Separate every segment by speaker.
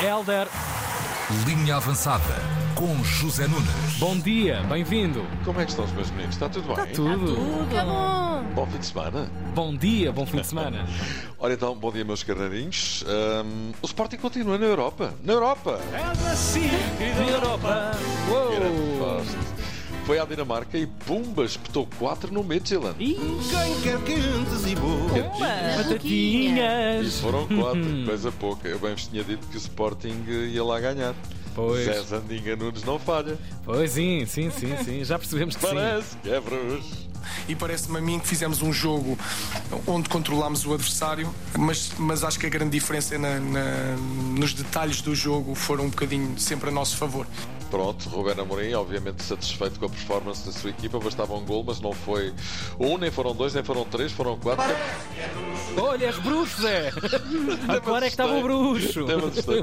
Speaker 1: Helder,
Speaker 2: Linha Avançada com José Nunes.
Speaker 1: bom dia, bem-vindo.
Speaker 3: Como é que estão os meus meninos? Está tudo bem?
Speaker 1: Tudo.
Speaker 4: Tá bom.
Speaker 3: Bom fim de semana.
Speaker 1: Bom dia, bom fim de semana.
Speaker 3: Ora então, bom dia, meus carneirinhos. Ahm, o Sporting continua na Europa. Na Europa!
Speaker 1: Europa. Oh.
Speaker 3: Era fácil. Foi à Dinamarca e pumba, espetou 4 no Midtjylland. E
Speaker 1: Batatinhas.
Speaker 3: foram 4, coisa pouca. Eu bem vos tinha dito que o Sporting eh, ia lá ganhar. Zé
Speaker 1: Pois,
Speaker 3: Zandinga Nunes não falha.
Speaker 1: pois sim, sim, sim, sim. Já percebemos que sim.
Speaker 3: Parece que é Bruges.
Speaker 5: e parece-me a mim que fizemos um jogo onde controlámos o adversário, mas, mas acho que a grande diferença é na- na- nos detalhes do jogo foram um bocadinho sempre a nosso favor.
Speaker 3: Pronto, Ruben Amorim, obviamente satisfeito com a performance da sua equipa. Bastava um gol, mas não foi um, nem foram dois, nem foram três, foram quatro.
Speaker 1: Olha, és bruxo, Zé. Agora é que estava o bruxo.
Speaker 3: Até me assustei.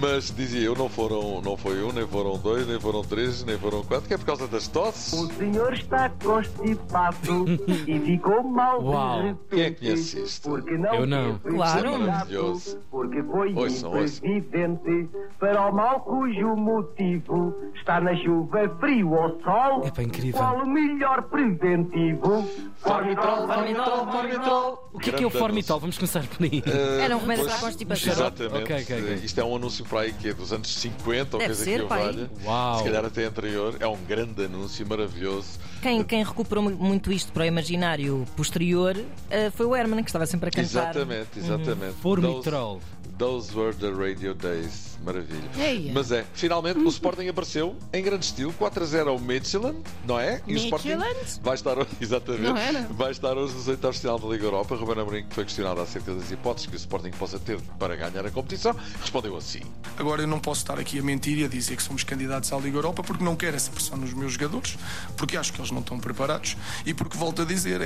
Speaker 3: Mas dizia eu, não, foram, não foi um, nem foram dois, nem foram três, nem foram quatro, que é por causa das tosses.
Speaker 6: O senhor está constipado e ficou mal
Speaker 1: Uau.
Speaker 6: de repente.
Speaker 3: Quem é que conhece isto?
Speaker 6: Porque não
Speaker 1: Eu não.
Speaker 6: teve
Speaker 4: Claro.
Speaker 6: cuidado,
Speaker 3: Isso é maravilhoso.
Speaker 6: Porque foi
Speaker 3: Ouçam, ouçam.
Speaker 6: imprevidente para o mal cujo motivo está na chuva, frio ou sol.
Speaker 1: É bem incrível.
Speaker 6: Qual o melhor preventivo?
Speaker 3: Formitrol, formitrol, formitrol.
Speaker 1: O que é que é o
Speaker 3: Grande Eh,
Speaker 1: Formital? Vamos começar por aí.
Speaker 4: Era um remédio
Speaker 3: Pois,
Speaker 4: para a constipação.
Speaker 3: Exatamente.
Speaker 1: é Ok, ok, ok.
Speaker 3: Isto é um anúncio para aí que é dos anos 50 ou
Speaker 4: Deve
Speaker 3: coisa
Speaker 4: ser,
Speaker 3: que eu
Speaker 4: pá, aí.
Speaker 3: valha.
Speaker 1: Uau.
Speaker 3: Se calhar até anterior. É um grande anúncio, maravilhoso.
Speaker 7: Quem, quem recuperou mu- muito isto para o imaginário posterior eh, foi o Herman, que estava sempre a cantar.
Speaker 3: Exatamente,
Speaker 4: Uhum.
Speaker 3: exatamente.
Speaker 1: Formitrol.
Speaker 3: Those, those were the radio days. Maravilha.
Speaker 4: Ei.
Speaker 3: Mas é, finalmente o Sporting apareceu em grande estilo, 4 a 0 ao Midtjylland, não é? E o Sporting
Speaker 4: Midtjylland?
Speaker 3: vai estar hoje, exatamente,
Speaker 4: Não era?
Speaker 3: vai estar hoje nos oitavos de final da Liga Europa. Ruben Amorim que foi questionado acerca das hipóteses que o Sporting possa ter para ganhar a competição, respondeu assim.
Speaker 5: Agora eu não posso estar aqui a mentir e a dizer que somos candidatos à Liga Europa porque não quero essa pressão nos meus jogadores, porque acho que eles não estão preparados e porque, volto a dizer, é,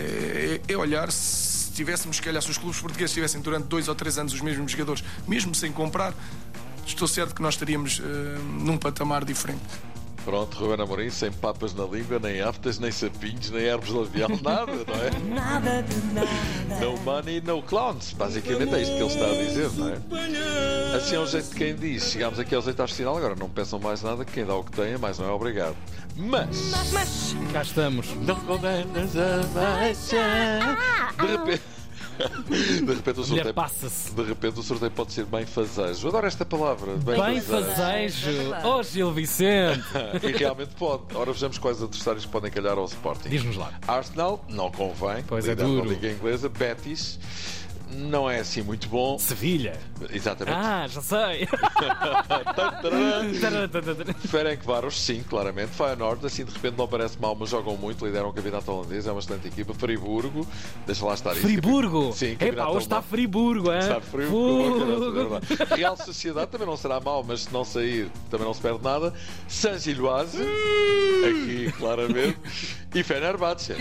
Speaker 5: é- é olhar se tivéssemos, se calhar, se os clubes portugueses tivessem durante dois ou três anos os mesmos jogadores, mesmo sem comprar, estou certo que nós estaríamos eh, num patamar diferente.
Speaker 3: Pronto, Ruben Amorim, sem papas na língua, nem aftas, nem sapinhos, nem ervos labial, nada, não é?
Speaker 7: Nada de nada.
Speaker 3: No money, no clowns. Basicamente é isto que ele está a dizer, não é? Assim é um jeito de quem diz. Chegámos aqui aos oitavos de final, agora não pensam mais nada, quem dá o que tem, mais não é obrigado. Mas.
Speaker 1: Cá estamos.
Speaker 3: Não condenas a baixa.
Speaker 7: Ah,
Speaker 3: De repente. De repente o
Speaker 1: Mulher
Speaker 3: sorteio.
Speaker 1: passa-se.
Speaker 3: De repente o sorteio pode ser bem fazejo. Adoro esta palavra.
Speaker 1: Bem
Speaker 3: fazejo.
Speaker 1: fazejo. Oh, Gil Vicente.
Speaker 3: E realmente pode. Ora, vejamos quais adversários podem calhar ao Sporting.
Speaker 1: Diz-nos lá.
Speaker 3: Arsenal, não convém.
Speaker 1: Pois é,
Speaker 3: Líder da
Speaker 1: duro.
Speaker 3: Liga Inglesa. Betis, não é assim muito bom.
Speaker 1: Sevilha.
Speaker 3: Exatamente.
Speaker 1: Ah, já sei.
Speaker 3: Ferencváros, sim, claramente. Feyenoord, assim de repente não parece mal, mas jogam muito, lideram o campeonato holandês, é uma excelente equipa. Friburgo, deixa lá estar isso.
Speaker 1: Friburgo.
Speaker 3: Sim,
Speaker 1: Epá,
Speaker 3: campeonato
Speaker 1: hoje está
Speaker 3: alemão.
Speaker 1: Friburgo, hein?
Speaker 3: Está é frio,
Speaker 1: é? Fogo.
Speaker 3: Fogo. Real Sociedade também não será mal, mas se não sair também não se perde nada. San Giloise, aqui claramente. E Fenerbahçe.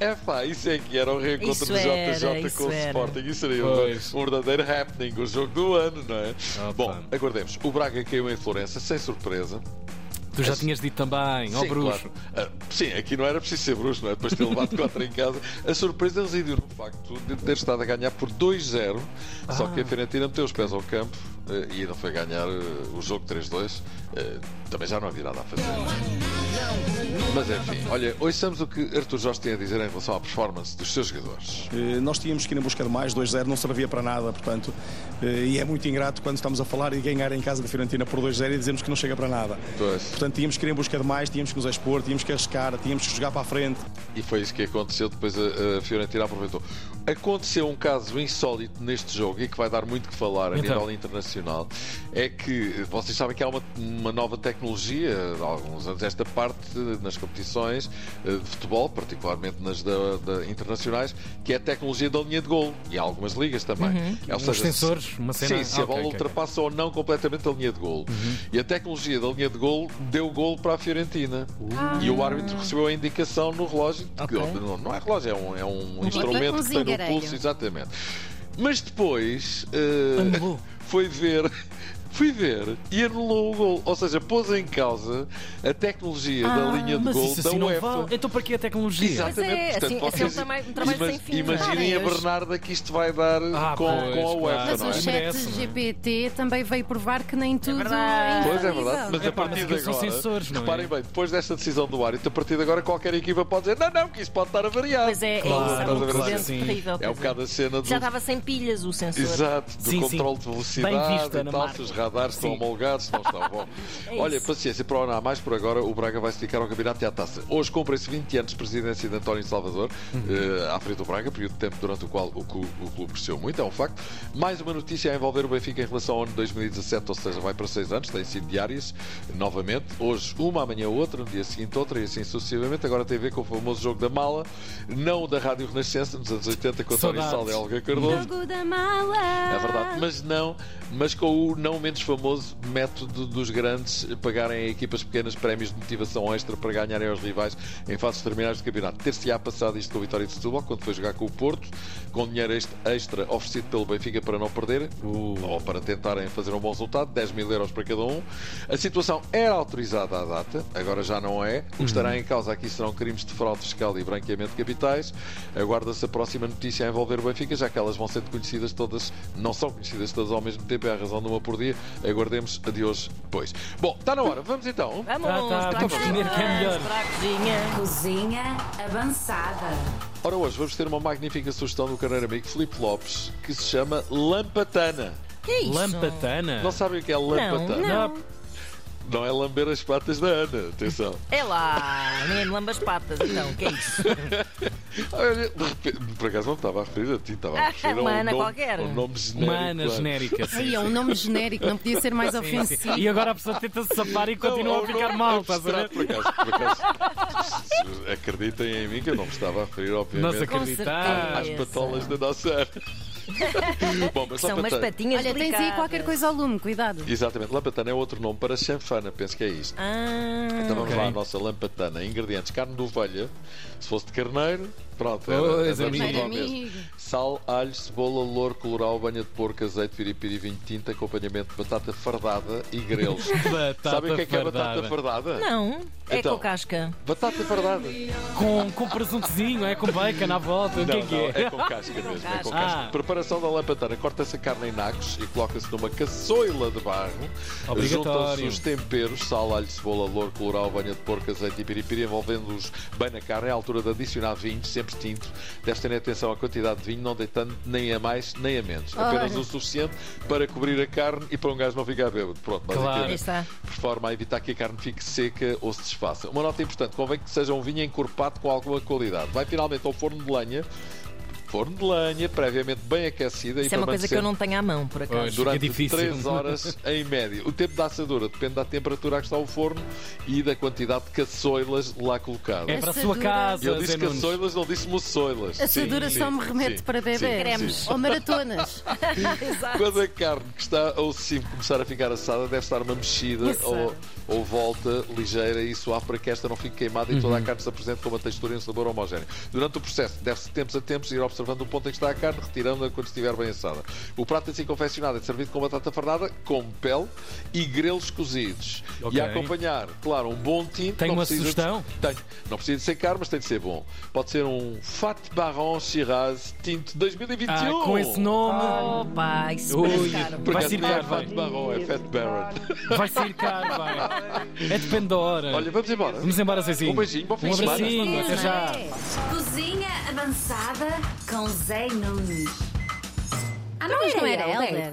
Speaker 3: É pá, isso é que era o reencontro
Speaker 7: Isso
Speaker 3: do
Speaker 7: era,
Speaker 3: JJ
Speaker 7: isso
Speaker 3: com o
Speaker 7: era.
Speaker 3: Sporting. Isso seria
Speaker 1: Pois. Ah,
Speaker 3: um, um verdadeiro happening, o jogo do ano, não é?
Speaker 1: Opa.
Speaker 3: Bom, aguardemos. O Braga caiu em Florença, sem surpresa.
Speaker 1: Tu já tinhas dito também, ó
Speaker 3: Sim,
Speaker 1: bruxo.
Speaker 3: claro. Ah, sim, aqui não era preciso ser bruxo, não é? Depois de ter levado 4 em casa. A surpresa residiu no facto de ter estado a ganhar por 2-0, só
Speaker 1: Ah.
Speaker 3: que a Fiorentina meteu os pés ao campo eh, e não foi ganhar eh, o jogo 3-2. Eh, também já não havia nada a fazer. Mas enfim, olha, ouçamos o que Arthur Jorge tem a dizer em relação à performance dos seus jogadores.
Speaker 8: Eh, Nós tínhamos que ir em busca de mais, 2-0 não servia para nada, portanto, eh, e é muito ingrato quando estamos a falar e ganhar em casa da Fiorentina por 2-0 e dizemos que não chega para nada.
Speaker 3: Pois.
Speaker 8: Portanto, tínhamos que ir em busca de mais, tínhamos que nos expor, tínhamos que arriscar, tínhamos que jogar para a frente.
Speaker 3: E foi isso que aconteceu, depois a, a Fiorentina aproveitou. Aconteceu um caso insólito neste jogo e que vai dar muito que falar a
Speaker 1: Então.
Speaker 3: nível internacional. É que eh, vocês sabem que há uma, uma nova tecnologia, há alguns anos esta parte, eh, nas competições eh, de futebol, particularmente nas da- da- internacionais, que é a tecnologia da linha de gol. E há algumas ligas também. Ou
Speaker 1: Uns
Speaker 3: seja, se-
Speaker 1: sensores, uma cena-
Speaker 3: Sim, se
Speaker 1: Ah,
Speaker 3: a bola
Speaker 1: ok, ok, ok.
Speaker 3: ultrapassa passa ou não completamente a linha de gol.
Speaker 1: Uhum.
Speaker 3: E a tecnologia da linha de gol deu gol para a Fiorentina.
Speaker 7: Ah.
Speaker 3: E o árbitro recebeu a indicação no relógio, de que,
Speaker 7: Ok.
Speaker 3: não, não é relógio, é um, é um instrumento
Speaker 4: um
Speaker 3: que tem no
Speaker 4: zingarelho.
Speaker 3: pulso, exatamente. Mas depois eh,
Speaker 1: Anulou.
Speaker 3: foi ver. Fui ver e anulou o gol. Ou seja, pôs em causa a tecnologia da linha de
Speaker 1: mas
Speaker 3: gol
Speaker 1: isso
Speaker 3: da
Speaker 1: assim não
Speaker 3: UEFA.
Speaker 1: vale. Então para que a tecnologia?
Speaker 3: Exatamente.
Speaker 7: Mas Ah, é,
Speaker 3: Portanto,
Speaker 7: assim- assim é um trabalho- um trabalho sem fim, não é?
Speaker 3: Imaginem a
Speaker 4: Parem-os.
Speaker 3: Bernarda que isto vai dar
Speaker 1: Ah,
Speaker 3: com,
Speaker 1: pois,
Speaker 3: com a UEFA,
Speaker 1: claro.
Speaker 4: Mas
Speaker 3: não
Speaker 4: o
Speaker 3: é?
Speaker 1: hoje
Speaker 4: chat
Speaker 1: Merece, não é?
Speaker 4: GPT também veio provar que
Speaker 9: É
Speaker 4: nem tudo
Speaker 7: verdade.
Speaker 3: Pois é
Speaker 4: infalível.
Speaker 3: verdade, mas
Speaker 1: É
Speaker 3: a
Speaker 1: pá, mas
Speaker 3: partir de
Speaker 1: aquilo são
Speaker 3: agora,
Speaker 1: sensores, não é?
Speaker 3: reparem bem, depois desta decisão do árbitro, a partir de agora qualquer equipa pode dizer: não, não, que isso pode estar a variar.
Speaker 7: Pois é,
Speaker 1: Claro,
Speaker 7: é isso, é
Speaker 3: estás a
Speaker 7: um
Speaker 3: ver assim?
Speaker 7: precedente
Speaker 1: Sim.
Speaker 7: terrível.
Speaker 3: É um
Speaker 7: pois
Speaker 3: bocado a cena do.
Speaker 7: Já estava sem pilhas o sensor.
Speaker 3: Exato, do
Speaker 1: Sim, sim.
Speaker 3: controle de
Speaker 1: Bem
Speaker 3: velocidade
Speaker 1: vista,
Speaker 3: e
Speaker 1: Ana
Speaker 3: tal,
Speaker 1: Marta.
Speaker 3: se os radares estão
Speaker 1: Sim.
Speaker 3: homologados, se não estão. Bom,
Speaker 7: É
Speaker 3: olha,
Speaker 7: isso.
Speaker 3: paciência, para o Ana mais por agora, o Braga vai se dedicar ao campeonato e à taça. Hoje cumprem-se 20 anos de presidência de António Salvador,
Speaker 1: Uhum.
Speaker 3: eh, à frente do Braga, período de tempo durante o qual o, clu- o clube cresceu muito, é um facto. Mais uma notícia a envolver o Benfica em relação ao ano 2017, ou seja, vai para 6 anos, tem sido diárias, novamente. Hoje uma, amanhã outra, no dia seguinte outra e assim sucessivamente. Agora tem a ver com o famoso jogo da mala, não o da Rádio Renascença, nos anos 80, com António
Speaker 1: Saudades.
Speaker 3: Salda e Olga Cardoso.
Speaker 4: Jogo da mala.
Speaker 3: É verdade, mas não, mas com o não menos famoso método dos grandes pagarem a equipas pequenas prémios de motivação extra para ganharem aos rivais em fases terminais de campeonato. Ter-se-á passado isto com a vitória de Setúbal, quando foi jogar com o Porto, com dinheiro est- extra oferecido pelo Benfica para não perderem, ou para tentarem fazer um bom resultado, 10 mil euros para cada um. A situação era autorizada à data, agora já não é. O que estará em causa aqui serão crimes de fraude fiscal e branqueamento de capitais. Aguarda-se a próxima notícia a envolver o Benfica, já que elas vão sendo conhecidas todas, não são conhecidas todas ao mesmo tempo, é a razão de uma por dia. Aguardemos a de hoje depois. Bom, está na hora, vamos então.
Speaker 7: Vamos,
Speaker 1: Tá, tá,
Speaker 7: para a
Speaker 1: vamos
Speaker 7: cozinha,
Speaker 1: comer, que é melhor.
Speaker 7: para a cozinha.
Speaker 9: Cozinha avançada.
Speaker 3: Ora, hoje vamos ter uma magnífica sugestão do carneiro amigo Filipe Lopes, que se chama Lampatana.
Speaker 7: Que é isso?
Speaker 1: Lampatana.
Speaker 3: Não sabem o que é Lampatana?
Speaker 7: Não.
Speaker 3: Não é lamber as patas da Ana, atenção.
Speaker 7: É lá, nem me lambas patas, então, que é isso?
Speaker 3: Olha, Ah, é, de repente, por acaso não estava a referir a ti, estava a
Speaker 7: Ah,
Speaker 3: referir a um
Speaker 7: uma Ana
Speaker 3: nome,
Speaker 7: qualquer.
Speaker 3: Um nome genérico.
Speaker 1: Uma Ana
Speaker 3: claro.
Speaker 1: genérica. sim,
Speaker 4: Ai, é um nome genérico, não podia ser mais
Speaker 1: sim, sim.
Speaker 4: ofensivo.
Speaker 1: E agora a pessoa tenta-se safar e
Speaker 3: Não,
Speaker 1: continua
Speaker 3: é
Speaker 1: a
Speaker 3: um
Speaker 1: ficar
Speaker 3: nome
Speaker 1: mal, estás a ver?
Speaker 3: abstrato, Por acaso, por acaso. Se- se Acreditem em mim que eu não me estava a referir,
Speaker 1: Não
Speaker 3: obviamente,
Speaker 1: se
Speaker 7: certeza.
Speaker 1: acreditar.
Speaker 3: às patolas da nossa Ana. Bom, mas
Speaker 7: São umas
Speaker 3: Lampatana-
Speaker 7: patinhas
Speaker 4: Olha, tens aí qualquer
Speaker 7: delicadas.
Speaker 4: coisa ao lume, cuidado.
Speaker 3: Exatamente, Lampatana é outro nome para chanfana, penso que é isto.
Speaker 7: Ah,
Speaker 3: Então vamos
Speaker 1: Ok.
Speaker 3: lá à nossa lampatana. Ingredientes: carne de ovelha, se fosse de carneiro, pronto. Era,
Speaker 1: Pois,
Speaker 3: era
Speaker 4: é?
Speaker 1: amigo.
Speaker 3: tudo ao
Speaker 4: Amigo.
Speaker 3: mesmo. Sal, alho, cebola, louro, colorau, banha de porco, azeite, piripiri, vinho tinta, acompanhamento de batata fardada e grelos.
Speaker 1: Batata
Speaker 3: Sabem o que é que é batata
Speaker 1: fardada.
Speaker 3: fardada?
Speaker 7: não, é
Speaker 3: Então.
Speaker 7: com casca.
Speaker 3: Batata fardada.
Speaker 1: Com, com presuntozinho, é com bacon à volta. o que é
Speaker 3: Não,
Speaker 1: que
Speaker 3: não,
Speaker 1: é?
Speaker 3: é com casca mesmo. É com
Speaker 1: casca.
Speaker 3: casca.
Speaker 1: Ah.
Speaker 3: Preparação da lampatana. Corta-se a carne em nacos e coloca-se numa caçoila de barro. Juntam-se
Speaker 1: Obrigatório.
Speaker 3: os temperos, sal, alho, cebola, louro, colorau, banha de porco, azeite e piripiri, envolvendo-os bem na carne. É a altura de adicionar vinho, sempre tinto. Deves ter atenção à quantidade de vinho, não deitando nem a mais nem a menos. Apenas o suficiente para cobrir a carne e para um gajo não ficar bêbado. Pronto,
Speaker 1: Claro.
Speaker 7: Aí
Speaker 3: basicamente é
Speaker 7: está.
Speaker 3: por forma a evitar que a carne fique seca ou se desfaça. Uma nota importante: convém que seja um vinho encorpado com alguma qualidade. Vai finalmente ao forno de lenha, forno de lenha, previamente bem aquecida e
Speaker 7: Isso é
Speaker 3: permanecendo
Speaker 7: uma coisa que eu não tenho à mão, por acaso.
Speaker 1: Pois.
Speaker 3: Durante
Speaker 1: Fica difícil.
Speaker 3: 3 horas em média. O tempo da assadura depende da temperatura a que está o forno e da quantidade de caçoilas lá colocadas.
Speaker 1: É para a sua
Speaker 4: Assadura.
Speaker 1: casa,
Speaker 3: Ele
Speaker 1: Zé
Speaker 3: disse é
Speaker 1: Nunes.
Speaker 3: caçoilas, não disse moçoilas.
Speaker 4: A sadura
Speaker 3: Sim,
Speaker 4: só
Speaker 3: sim,
Speaker 4: me remete
Speaker 3: sim,
Speaker 4: para
Speaker 3: sim,
Speaker 4: bebés.
Speaker 3: sim.
Speaker 7: Cremes.
Speaker 4: Ou maratonas.
Speaker 3: Quando a carne que está ao cimo começar a ficar assada, deve estar uma mexida ou, ou volta ligeira e suave para que esta não fique queimada e toda
Speaker 1: Uhum.
Speaker 3: a carne se apresente com uma textura e um sabor homogéneo. Durante o processo, deve-se de tempos a tempos ir observando o ponto em que está a carne, retirando-a quando estiver bem assada. O prato assim confeccionado é servido com batata fardada, com pele e grelos cozidos.
Speaker 1: Ok.
Speaker 3: E a acompanhar, claro, um bom tinto.
Speaker 1: Tem
Speaker 3: não
Speaker 1: uma
Speaker 3: precisa de-
Speaker 1: sugestão?
Speaker 3: Tenho. Não precisa de ser caro, mas tem de ser bom. Pode ser um Fat Baron Shiraz Tinto 2021.
Speaker 1: Ah, com esse nome.
Speaker 4: Ah,
Speaker 7: Opa, isso
Speaker 1: Ui,
Speaker 7: parece caro.
Speaker 3: Por
Speaker 1: vai
Speaker 3: acaso
Speaker 1: ser
Speaker 3: não é
Speaker 1: caro, vai.
Speaker 3: Fat Barron, é Fat Baron.
Speaker 1: Vai ser caro, vai. É depende da hora.
Speaker 3: Olha, vamos embora.
Speaker 1: Vamos embora, Zezinho.
Speaker 3: Um beijinho, bom fim
Speaker 1: Um
Speaker 3: de semana.
Speaker 1: abracinho,
Speaker 4: é?
Speaker 1: até já.
Speaker 9: Cozinha avançada com Zé Nunes. é,
Speaker 4: Ah, não, mas não era
Speaker 9: Helder.
Speaker 4: Helder.